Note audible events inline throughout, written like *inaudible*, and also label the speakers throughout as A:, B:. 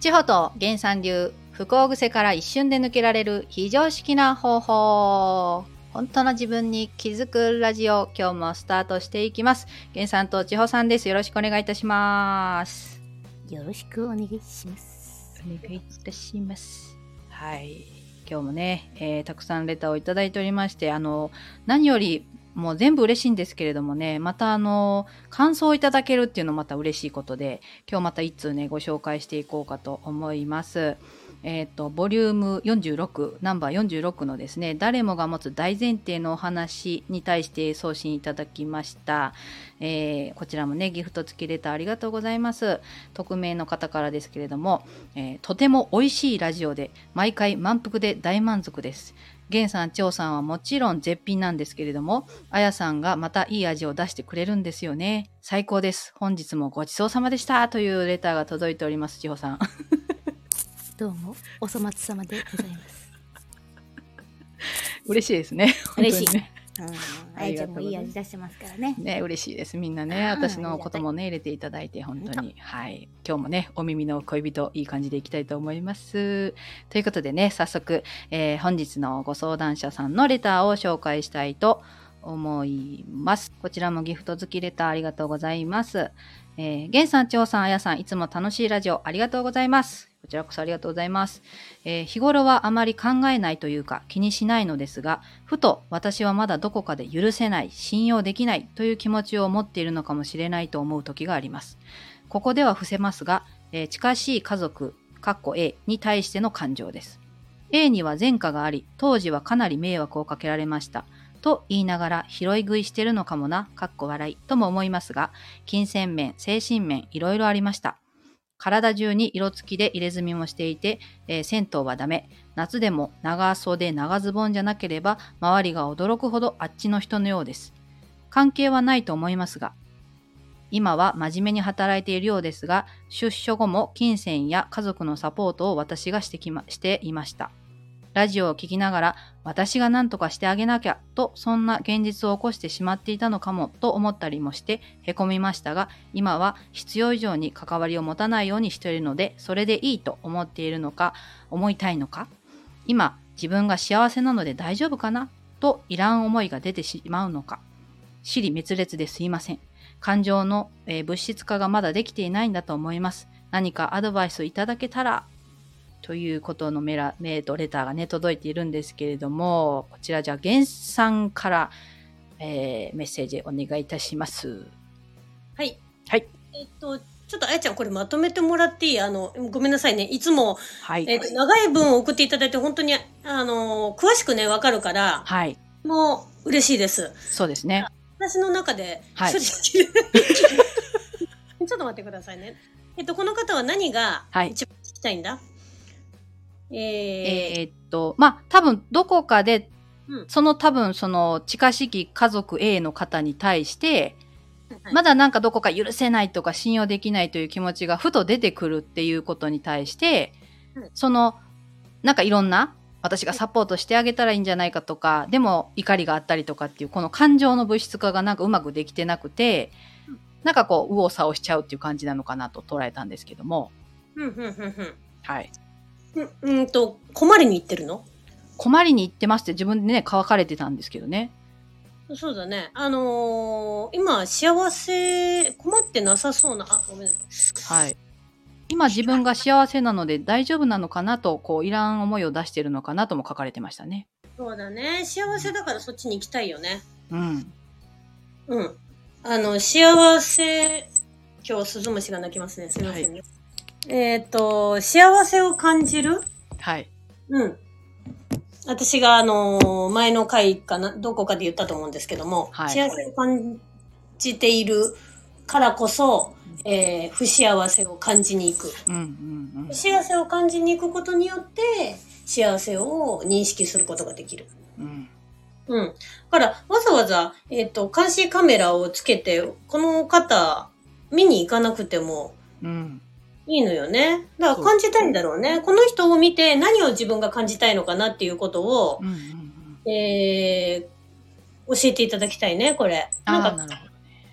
A: 地方と原産流不幸癖から一瞬で抜けられる非常識な方法本当の自分に気づくラジオ今日もスタートしていきます原さんと千穂さんですよろしくお願いいたします
B: よろしくお願いします。
A: お願いいたします
B: はい。
A: 今日もね、えーたくさんレターをいただいておりましてあの何よりもう全部嬉しいんですけれどもねまたあの感想をいただけるっていうのもまた嬉しいことで今日また一通ねご紹介していこうかと思います。えっ、とボリューム46ナンバー46のですね誰もが持つ大前提のお話に対して送信いただきました、えーこちらもねギフト付きレターありがとうございます匿名の方からですけれどもえーとても美味しいラジオで毎回満腹で大満足です。ゲンさん、チョウさんはもちろん絶品なんですけれども、あやさんがまたいい味を出してくれるんですよね。最高です。本日もごちそうさまでしたというレターが届いております、千穂さん。
B: どうも、おそ松様でござい
A: *laughs*
B: ます。
A: 嬉しいですね。
B: 嬉しい
A: 本当にね
B: あやちゃんもいい味出してますからね。
A: ね、嬉しいです。みんな
B: うん
A: ね、私のこともね、入れていただいて、本当に。はい。今日もね、お耳の恋人、いい感じでいきたいと思います。ということでね、早速、えー本日のご相談者さんのレターを紹介したいと思います。こちらもギフト付きレターありがとうございます。えー、ゲンさん、チョウさん、あやさん、いつも楽しいラジオありがとうございます。こちらこそありがとうございます。えー日頃はあまり考えないというか気にしないのですが、ふと私はまだどこかで許せない、信用できないという気持ちを持っているのかもしれないと思う時があります。ここでは伏せますが、えー近しい家族、かっこ A に対しての感情です。A には前科があり、当時はかなり迷惑をかけられました。と言いながら拾い食いしてるのかもな、かっこ笑いとも思いますが、金銭面、精神面、いろいろありました。体中に色付きで入れ墨もしていて、えー銭湯はダメ。夏でも長袖長ズボンじゃなければ周りが驚くほどあっちの人のようです。関係はないと思いますが、今は真面目に働いているようですが、出所後も金銭や家族のサポートを私がしてきましていました。ラジオを聞きながら私が何とかしてあげなきゃとそんな現実を起こしてしまっていたのかもと思ったりもしてへこみましたが今は必要以上に関わりを持たないようにしているのでそれでいいと思っているのか思いたいのか今自分が幸せなので大丈夫かなといらん思いが出てしまうのか私利滅裂ですいません感情の、えー物質化がまだできていないんだと思います何かアドバイスをいただけたらということのメラメイドレターがね届いているんですけれどもこちらじゃあ源さんから、えーメッセージお願いいたします
C: はい。
A: はい。
C: えっと、ちょっとあやちゃんこれまとめてもらっていいあの、ごめんなさいね。いつも、
A: はい、
C: えっと、長い文を送っていただいて本当に、あの、詳しくね、わかるから、
A: はい
C: もう嬉しいです。
A: そうですね
C: 私の中で
A: はい
C: 処理で *laughs* きる。ちょっと待ってくださいね。えっと、この方は何が
A: はい
C: 一番聞きたいんだ、
A: え
C: えー、
A: ーっとまあ多分どこかで、
C: うん
A: その多分その近しき家族 A の方に対して、
C: はい
A: まだなんかどこか許せないとか信用できないという気持ちがふと出てくるっていうことに対して、
C: うん
A: そのなんかいろんな私がサポートしてあげたらいいんじゃないかとかでも怒りがあったりとかっていうこの感情の物質化がなんかうまくできてなくて
C: うん
A: なんかこう右往左往しちゃうっていう感じなのかなと捉えたんですけども、
C: うん、うん、うん、うん。
A: はい、
C: うんうんと、困りに行ってるの
A: 困りに行ってますって自分でね乾かれてたんですけどね。
C: そうだね。あのー今、幸せ、困ってなさそうな、あ、ごめんなさい。
A: はい、今自分が幸せなので大丈夫なのかなとこういらん思いを出してるのかなとも書かれてましたね。
C: そうだね。幸せだからそっちに行きたいよね。
A: うん、
C: うん。あの、幸せ、今日鈴虫が鳴きますね。すみませんね。えっ、と、幸せを感じる
A: はい、
C: うん。私が、あのー前の回かな、どこかで言ったと思うんですけども、
A: はい
C: 幸せを感じているからこそ、えー不幸せを感じに行く。
A: うんうん
C: 不幸せを感じに行くことによって、幸せを認識することができる。
A: うんうん
C: うん。だから、わざわざ、えっ、と、監視カメラをつけて、この方、見に行かなくても
A: うん
C: いいのよね。だか
A: そう
C: ら感じたいんだろうね。この人を見て、何を自分が感じたいのかなっていうことを
A: うんう、んうん
C: えー、教えていただきたいね、これ。
A: あ
C: な
A: ー
C: ん
A: な
C: か、
A: る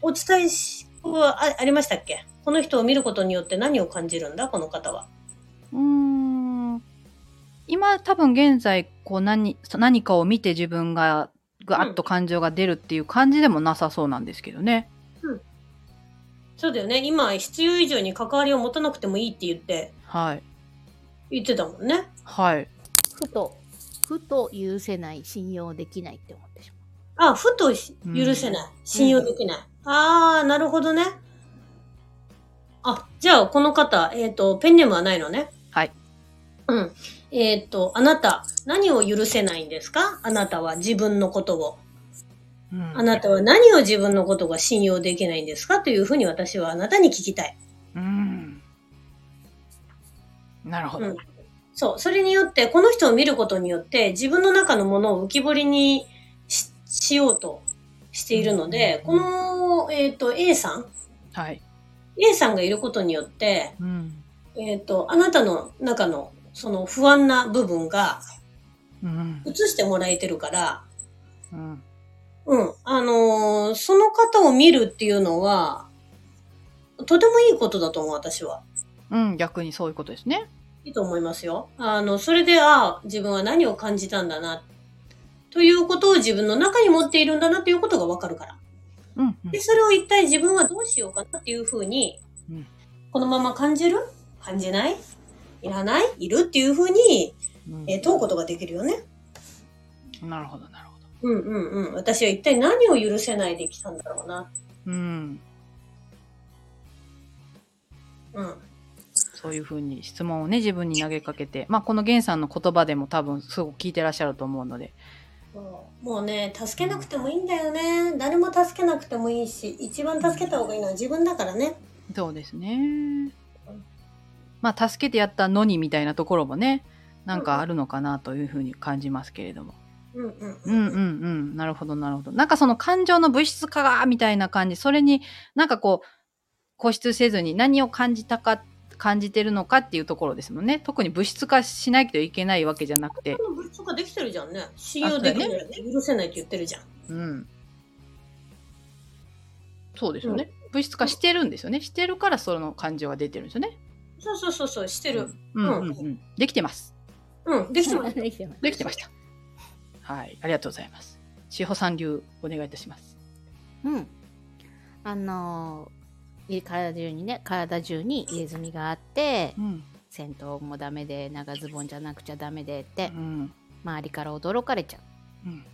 A: ほど
C: お伝えし、はあありましたっけこの人を見ることによって何を感じるんだこの方は。
A: うーん今多分現在こう何そう何かを見て自分がガーッと感情が出るっていう感じでもなさそうなんですけどね。
C: そうだよね。今、必要以上に関わりを持たなくてもいいって言って、
A: はい。
C: 言ってたもんね。
A: はい。
B: ふと、ふと許せない、信用できないって思ってしま
C: あ、ふとし許せない。信用できない。あー、なるほどね。あ、じゃあ、この方、えっ、と、ペンネームはないのね。
A: はい。
C: うん。えっ、と、あなた、何を許せないんですかあなたは自分のことを。
A: うん
C: あなたは何を自分のことが信用できないんですかというふうに私はあなたに聞きたい。
A: うん。なるほど。
C: うんそう。それによって、この人を見ることによって、自分の中のものを浮き彫りにししようとしているので、
A: うん
C: この、えっ、と、A さん、
A: はい。
C: A さんがいることによって、
A: うん。
C: えっ、と、あなたの中の、その不安な部分が
A: うん。
C: 映してもらえてるから、
A: うん。
C: うん。あのーその方を見るっていうのは、とてもいいことだと思う、私は。
A: うん。逆にそういうことですね。
C: いいと思いますよ。あの、それで、ああ、自分は何を感じたんだな、ということを自分の中に持っているんだなということがわかるから。
A: うん。うん
C: で、それを一体自分はどうしようかなっていうふうに、
A: うん
C: このまま感じる感じないいらないいるっていうふうに、
A: うん
C: えー問うことができるよね。
A: なるほど、なるほど。
C: うんうんうん。私は一体何を許せないできたんだろうな。
A: うん。
C: うん。
A: そういうふうに質問をね、自分に投げかけて、まあ、この源さんの言葉でも多分すごく聞いてらっしゃると思うので、
C: もうもうね、助けなくてもいいんだよね。誰も助けなくてもいいし、一番助けた方がいいのは自分だからね。
A: そうですね。まあ、助けてやったのにみたいなところもね、なんかあるのかなというふうに感じますけれども。
C: うんうん
A: うんうんうん。なるほど、なるほど。なんかその感情の物質化が、みたいな感じ、それになんかこう、固執せずに何を感じたか、感じてるのかっていうところですもんね。特に物質化しないといけないわけじゃなくて。
C: この物質ができてるじゃんね。信用できないよね。許せないって言ってるじゃん。
A: うん。そうですよね。物質化してるんですよね。してるからその感情が出てるんですよね。
C: そうそうそうそう、してる。
A: うんうんうん。できてます。
C: うん、できてま
B: う。
C: す。
B: できてます
A: できてました。はい、ありがとうございます。志保さん流お願いいたします。
B: *laughs* うん。あのーい体中にね、体中に入れ墨があって、
A: うん、
B: 戦闘もダメで、長ズボンじゃなくちゃダメでって
A: う、ん、
B: 周りから驚かれちゃう。
A: うん、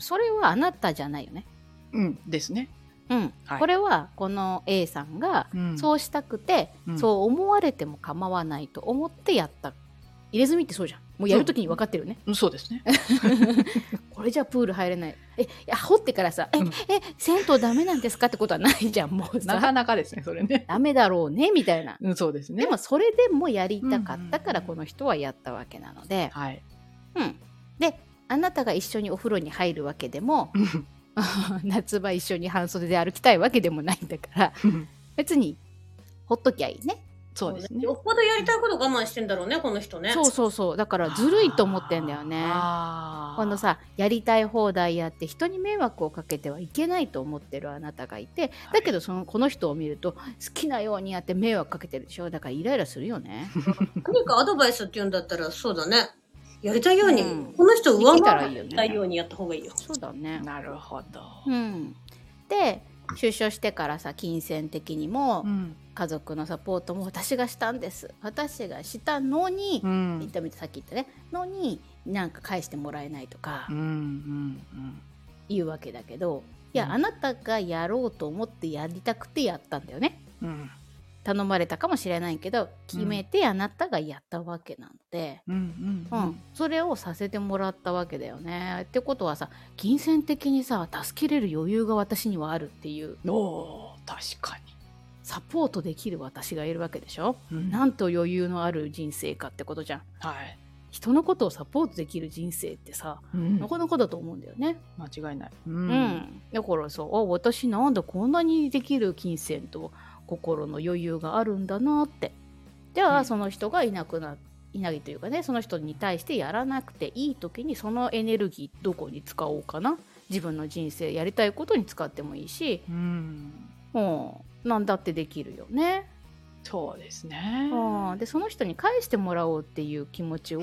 B: それはあなたじゃないよね。
A: うんですね。
B: うん。
A: はい
B: これは、この A さんが、
A: うん
B: そうしたくて、
A: うん
B: そう思われても構わないと思ってやった。入れ墨ってそうじゃん。もうやるときに分かってるよね。
A: うん、そうですね。
B: これじゃプール入れない。え、いや掘ってからさ、え、
A: うん
B: え、銭湯ダメなんですかってことはないじゃん、もう
A: なか
B: さ。
A: なかですね、それね。
B: ダメだろうね、みたいな。
A: うん、そうですね。
B: でもそれでもやりたかったから
A: うん
B: この人はやったわけなので、 *laughs*
A: はい。
B: うん、であなたが一緒にお風呂に入るわけ
A: *laughs*
B: でも夏場一緒に半袖で歩きたいわけでもないんだから別にほっときゃいいね
A: そうですね
C: よ。っぽどやりたいこと我慢してんだろうね、この人ね。
B: そうそうそうだからずるいと思ってんだよね
A: あー
B: この、さやりたい放題やって人に迷惑をかけてはいけないと思ってるあなたがいてだけどそのこの人を見ると好きなようにやって迷惑かけてるでしょだからイライラする
A: *laughs*
B: よね
C: 何かアドバイスって言うんだったら、そうだね。やりたいように、
B: うん
C: この人を上
B: できたら
C: 回
B: いいよ
C: り
B: ね
C: たいようにやった方がいいよ。
B: そうだね
A: なるほど。
B: うん、で出所してからさ金銭的にも
A: うん、
B: 家族のサポートも私がしたんです私がしたのに
A: う、
B: 言っ
A: ん、
B: たみたいさっき言ったねのになんか返してもらえないとか
A: うん、うん、
B: 言うわけだけど、いや
A: うん
B: あなたがやろうと思ってやりたくてやったんだよね
A: うん、うん、
B: 頼まれたかもしれないけど決めてあなたがやったわけなので。
A: うん、うん、
B: うんそれをさせてもらったわけだよね。ってことはさ金銭的にさ助けれる余裕が私にはあるっていう
A: おー確か
B: サポートできる私がいるわけでしょ、
A: に。うん
B: なんと余裕のある人生かってことじゃん
A: はい。
B: 人のことをサポートできる人生ってさ、
A: うん
B: なかなかだと思うんだよね、
A: 間違いない。う
B: うんだからさあ私なんだこんなにできる金銭と心の余裕があるんだなってじゃあ、
A: うん
B: その人がいなくないないというかねその人に対してやらなくていい時にそのエネルギーどこに使おうかな自分の人生やりたいことに使ってもいいし
A: うん、
B: もう何だってできるよね
A: そうですね。
B: うんでその人に返してもらおうっていう気持ちを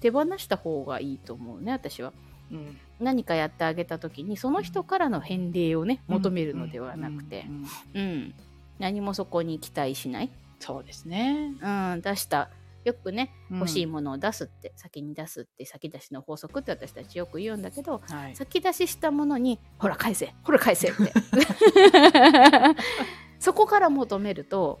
B: 手放した方がいいと思うね私は
A: うん
B: 何かやってあげた時にその人からの返礼をね求めるのではなくて
A: うんうんうん
B: うん何もそこに期待しない、
A: そうですね。
B: うん、出したよくね
A: 欲
B: 欲しいものを出すって、先に出すって先出しの法則って私たちよく言うんだけど
A: はい。
B: 先出ししたものにほら返せほら返せって
A: *laughs*
B: そこから求めると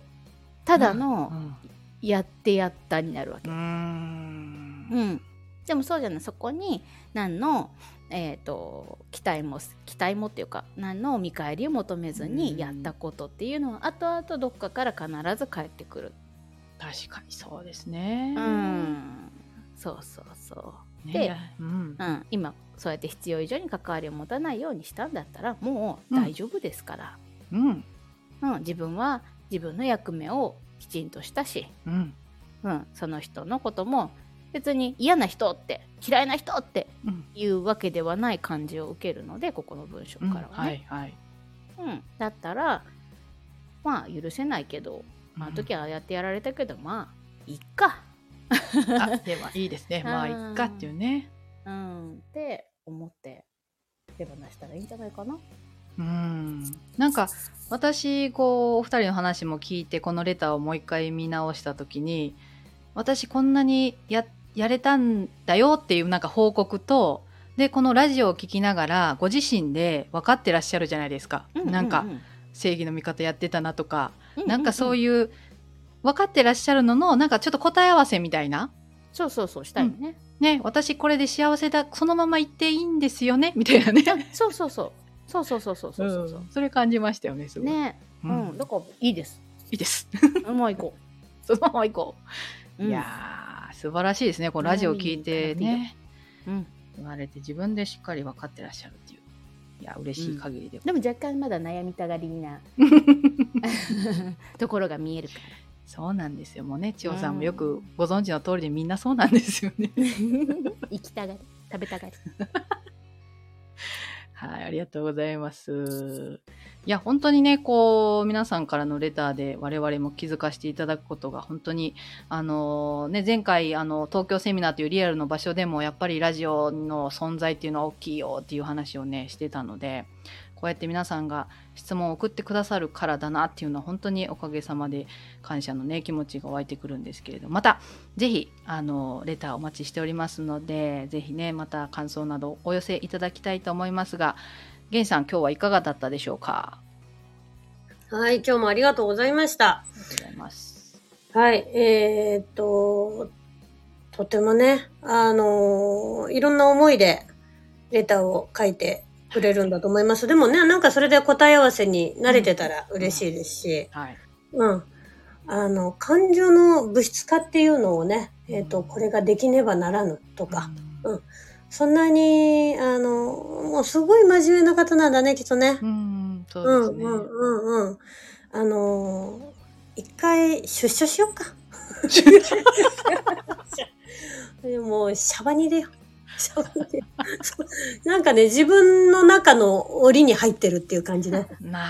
B: ただ
A: う
B: の
A: ん
B: やってやったになるわけ
A: うー、。
B: うんん、でもそうじゃないそこに何の、えー、と期待も期待もっていうか何の見返りを求めず
A: うん
B: にやったことっていうのは後々どっかから必ず返ってくる、
A: 確かにそうですね。
B: うん、そうそうそう
A: ね。
B: で
A: うん
B: うん、今そうやって必要以上に関わりを持たないようにしたんだったらもう大丈夫ですから、
A: うん。
B: うん自分は自分の役目をきちんとしたし、
A: うん。
B: うん、その人のことも別に嫌な人って嫌いな人って
A: うん。
B: いうわけではない感じを受けるのでここの文章
A: うん
B: からは
A: は
B: ね、
A: いはい。
B: うん、だったらまあ許せないけど、まあ、あの時
A: は。
B: はああやってやられたけどまあいっか、
A: あで *laughs* はいいですね。まあ
B: うん
A: いっかっていうね。
B: うん、って思って手放したらいいんじゃないかな。
A: うん。なんか私こうお二人の話も聞いてこのレターをもう一回見直した時に私こんなにややれたんだよっていうなんか報告とでこのラジオを聞きながらご自身で分かってらっしゃるじゃないですか、
B: ううう
A: なんか正義の味方やってたなとか、
B: う
A: なんかそう
B: う
A: いう分かってらっしゃるののなんかちょっと答え合わせみたいな
B: そうそうそうしたいよね、
A: ね私これで幸せだそのまま行っていいんですよね *laughs* みたいなね
B: あそうそうそうそうそうそうそうそうそうそう、
A: それ感じましたよねすごい、
B: ね
A: う
B: うんん、だからいいです
A: いいです *laughs*
B: もう行こ
A: そのまま行こう、
B: う、うん、
A: いやー素晴らしいですねこのラジオ聞いてね
B: うん、
A: 言われて自分でしっかり分かってらっしゃるっていういや嬉しい限りで、
B: でも若干まだ悩みたがり *laughs* なところが見えるか
A: そうなんですよもうね千代さんもよくご存知の通りでみんなそうなんですよね、
B: ら行きたがり食べたがり
A: はい、ありがとうございます。いや、本当にね、こう、皆さんからのレターで我々も気づかせていただくことが本当に、あのね、前回、あの、東京セミナーというリアルの場所でも、やっぱりラジオの存在っていうのは大きいよっていう話をね、してたので、こうやって皆さんが質問を送ってくださるからだなっていうのは本当におかげさまで感謝のね気持ちが湧いてくるんですけれどまたぜひあのレターお待ちしておりますのでぜひねまた感想などお寄せいただきたいと思いますが源さん今日はいかがだったでしょうかあ
C: はい、今日もありがとうございました。
A: りがとうございます。
C: はい、えーっと、とてもね、あのーいろんな思いでレターを書いてくれるんだと思います。でもね、なんかそれで答え合わせに慣れてたら嬉しいですし、
A: はい、
C: うん。あの、感情の物質化っていうのをね、えーっと、これができねばならぬとか、そんなに、あの、もうすごい真面目な方なんだね、きっとね。
A: うん、うんそううんですね。
C: うんうんうん。あのー一回出所しようか。でも、シャバにでよ。シャバにで。なんかね、自分の中の檻に入ってるっていう感じね。
A: な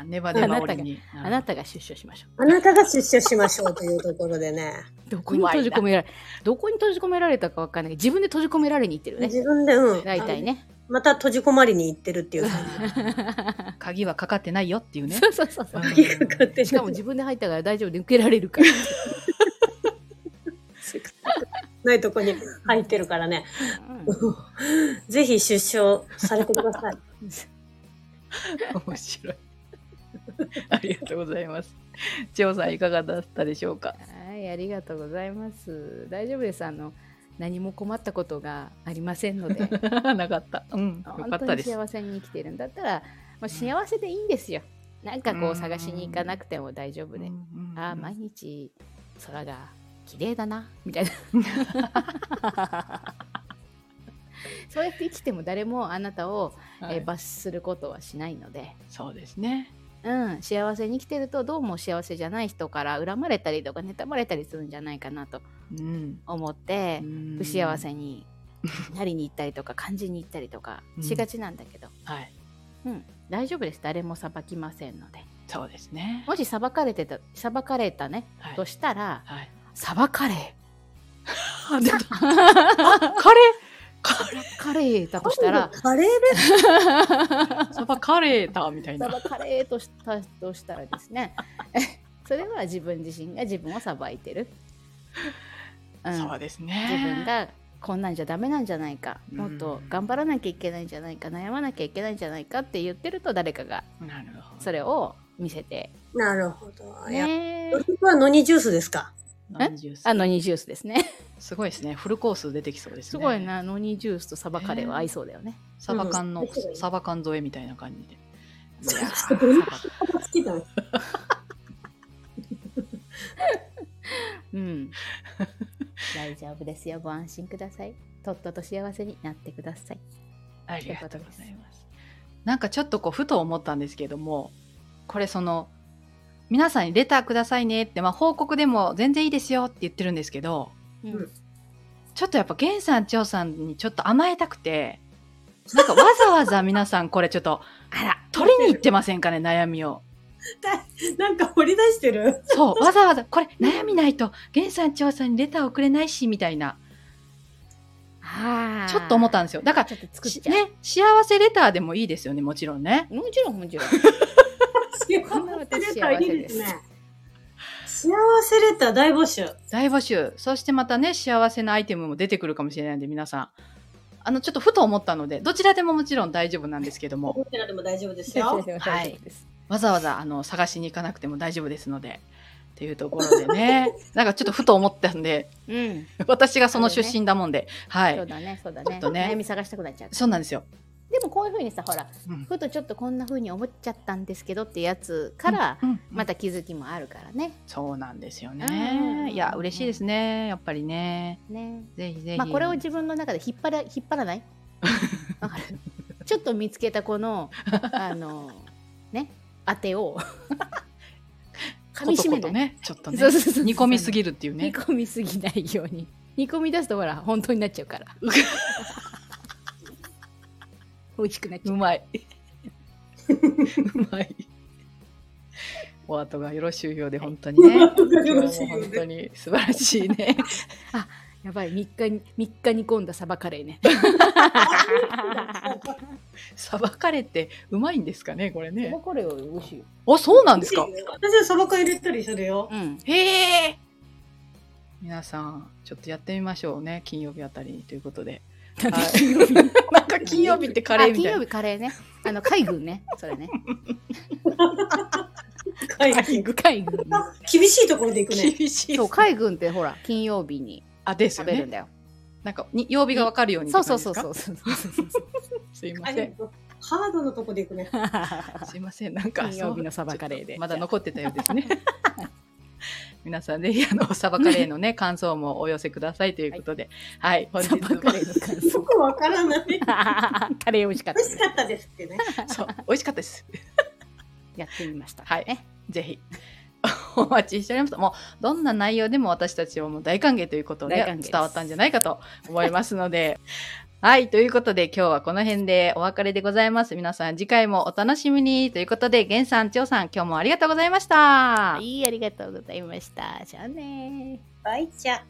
A: あ、ネバネバ折りに。
B: あなたが出所しましょ
C: あなたが出所しましょうというところでね。
B: うどこに閉じ込められどこに閉じ込められたかわかんないけど自分で閉じ込められに行ってるね
C: 自分で、うん。
B: 大体ね
C: あの。また閉じ込まりに行ってるっていう感
A: うん鍵はかかってないよっていうね。
B: そうそうそうそう
A: うん
C: じ。かかってる
B: しかも自分で入ったから大丈夫で受けられるから
C: ないとこに入ってるからね。ぜひ出所されてください。
A: 面白い。 *laughs* ありがとうございます。千代さんいかがだったでしょうか。 *laughs*
B: はい、ありがとうございます。大丈夫です。あの何も困ったことがありませんの *laughs* で、
A: なかった。うん、よか
B: 本
A: っ
B: 当
A: たで
B: に
A: す。
B: 幸せに生きてるんだったら、もう幸せでいいんですよ。なんかこ
A: うん
B: う探しに行かなくても大丈夫で、ああ毎日空が綺麗だなみたいな。 *laughs* そうやって生きても誰もあなたを、
A: はい
B: えー罰することはしないので、
A: そうですね。
B: うん、幸せに生きてるとどうも幸せじゃない人から恨まれたりとか妬まれたりするんじゃないかなと
A: うん。
B: 思って、
A: 不
B: 不幸。せになりに行ったりとか感じに行ったりとかしがちなんだけど、
A: はい。
B: うん大丈夫です誰も裁きませんので
A: そうですね。
B: もし裁かれてた裁かれたね、
A: はい
B: としたら
A: はい。
B: 裁かれ
A: あ、 *laughs* 出た。あ、カレー。カレ
B: カレーだとしたら
C: カレーです
A: ー。サバカレーだみたい
B: 裁
A: な。
B: かれとしたとしたらですね *laughs* それは自分自身が自分を裁いてる、うん、
A: そうですね。
B: 自分。がこんなんじゃダメなんじゃないかもっと頑張らなきゃいけないんじゃないか悩まなきゃいけないんじゃないかって言ってると誰かが
A: なるほど。
B: それを見せて
C: なるほど。いや
B: ね
C: ドリンクはノニジュースですか
A: ノニジュース
B: あのニジュースです *laughs* ね
A: すごいですね。フルコース出てきそうですね。
B: すごい。なノニジュースとサバカレーは合いそうだよね、
A: サバ缶の、
C: うん
A: サバ缶添えみたいな感じで。
C: そう
A: いやー
C: ちょっと
A: サバ
C: 好きだ。
B: うん、 *laughs* 大丈夫ですよご安心くださいとっとと幸せになってください
A: *laughs* ありがとうございます。なんかちょっとこうふと思ったんですけども、これその皆さんにレターくださいねってまあ報告でも全然いいですよって言ってるんですけど、
B: うん
A: ちょっとやっぱ源さん千代さんにちょっと甘えたくて、なんかわざわざ皆さんこれちょっと
B: *laughs* あら
A: 取りに行ってませんかね悩みを。
C: なんか掘り出してる。
B: *laughs*
A: そうわざわざこれ悩みないと源さん千代さんにレターをくれないしみたいな
B: あー
A: ちょっと思ったんですよ。だから
B: ちょっと作っ
A: し
B: ちゃう、
A: ね幸せレターでもいいですよねもちろんね。
B: もちろんもちろん
C: 幸
B: んな
C: せ
B: 私
C: レターいいです
B: 幸
C: ね。幸せレター大募集。
A: 大募集そしてまたね幸せなアイテムも出てくるかもしれないんで皆さんあのちょっとふと思ったのでどちらでももちろん大丈夫なんですけども
C: 持ってなでも大丈夫です
B: 先
C: よ。
B: 生は大丈夫です、
A: わざわざあの探しに行かなくても大丈夫ですのでっていうところで
B: *laughs*
A: ねなんかちょっとふと思ったんで
B: うん
A: 私がその出身だもんで、は
B: そう
A: い
B: だねそうだ
A: ちょ
B: ね
A: っとね
B: 悩み探したくなっちゃう
A: そうなんですよ、
B: でもこういうふうにさほら
A: うん
B: ふとちょっとこんな風に思っちゃったんですけどってやつから、
A: うん
B: また気づきもあるからね。
A: そうなんですよ
B: うん
A: ねいや嬉しいですねやっぱりね
B: ね
A: ぜひぜひ、
B: まあ、これを自分の中で引っ張ら引っ張らない
A: *laughs*
B: わかるちょっと見つけたこのあのね当
A: *laughs*
B: てを噛み
A: こと
B: し
A: こ
B: め
A: と
B: ない。
A: ねちょっとね
B: そうそうそうそう
A: 煮込みすぎるっていう
B: 煮
A: ね
B: 込みすぎないように *laughs* 煮込み出すとほら本当になっちゃう *laughs* から美味しくなっちゃ
A: うまい。 *laughs* うまい。お後がよろしゅうようで、本当に
B: *laughs*
A: ね。
C: お後がよろしゅうようで
A: 本当に素晴らしいね。
B: うやばい3日に三日煮込んだサバカレーね
A: さばかれてうまいんですかね、これ
B: *laughs* サバ
A: ね。
B: カレーは美味しいよ
A: あ、そうなんですか。
C: 私はサバ缶入れたりするよ。
B: うん
A: へえ。皆さん、ちょっとやってみましょうね。金曜日あたりにということで。はい、 *laughs* なんか金曜日ってカレーみたい
B: あ金曜
A: な。
B: 日 *laughs* カレーねあの海軍ねそ *laughs* れね
C: はい
B: 海軍ね
C: 厳しいところで行くね。
A: 厳しい
B: そう。海軍ってほら金曜日に
A: あ、ですよ
B: 食べるん
A: ね。
B: だよ
A: なんか、に曜日がわかるように。。
B: そうそうそうそううそうそうそう
A: すいません。
C: ハードのとこで行くね。
A: すいません、なんか
B: 金曜日のサバカレーで
A: そうまだ残ってたようです
B: *laughs*
A: ね。皆さんぜひあのサバカレーのね感想もお寄せくださいということで、はい、
B: サ
A: 本
B: バ
A: 日も
B: カレーの感
C: よ
B: 想
C: くわからない。
B: *laughs*
C: 美
B: カレー美味しかった
C: 味しかったですってね。
A: そう美味しかったです。
B: *laughs* やってみました
A: はい
B: ね
A: ぜひ *laughs* お待ちしております。もうどんな内容でも私たちはもう大歓迎ということで
B: 大歓迎です
A: 伝わったんじゃないかと思いますので。 *laughs* はい。ということで、今日はこの辺でお別れでございます。皆さん、次回もお楽しみに。ということで、源さん、千代さん、今日もありがとうございました。
B: はいありがとうございましたじゃあね
C: バイチャ。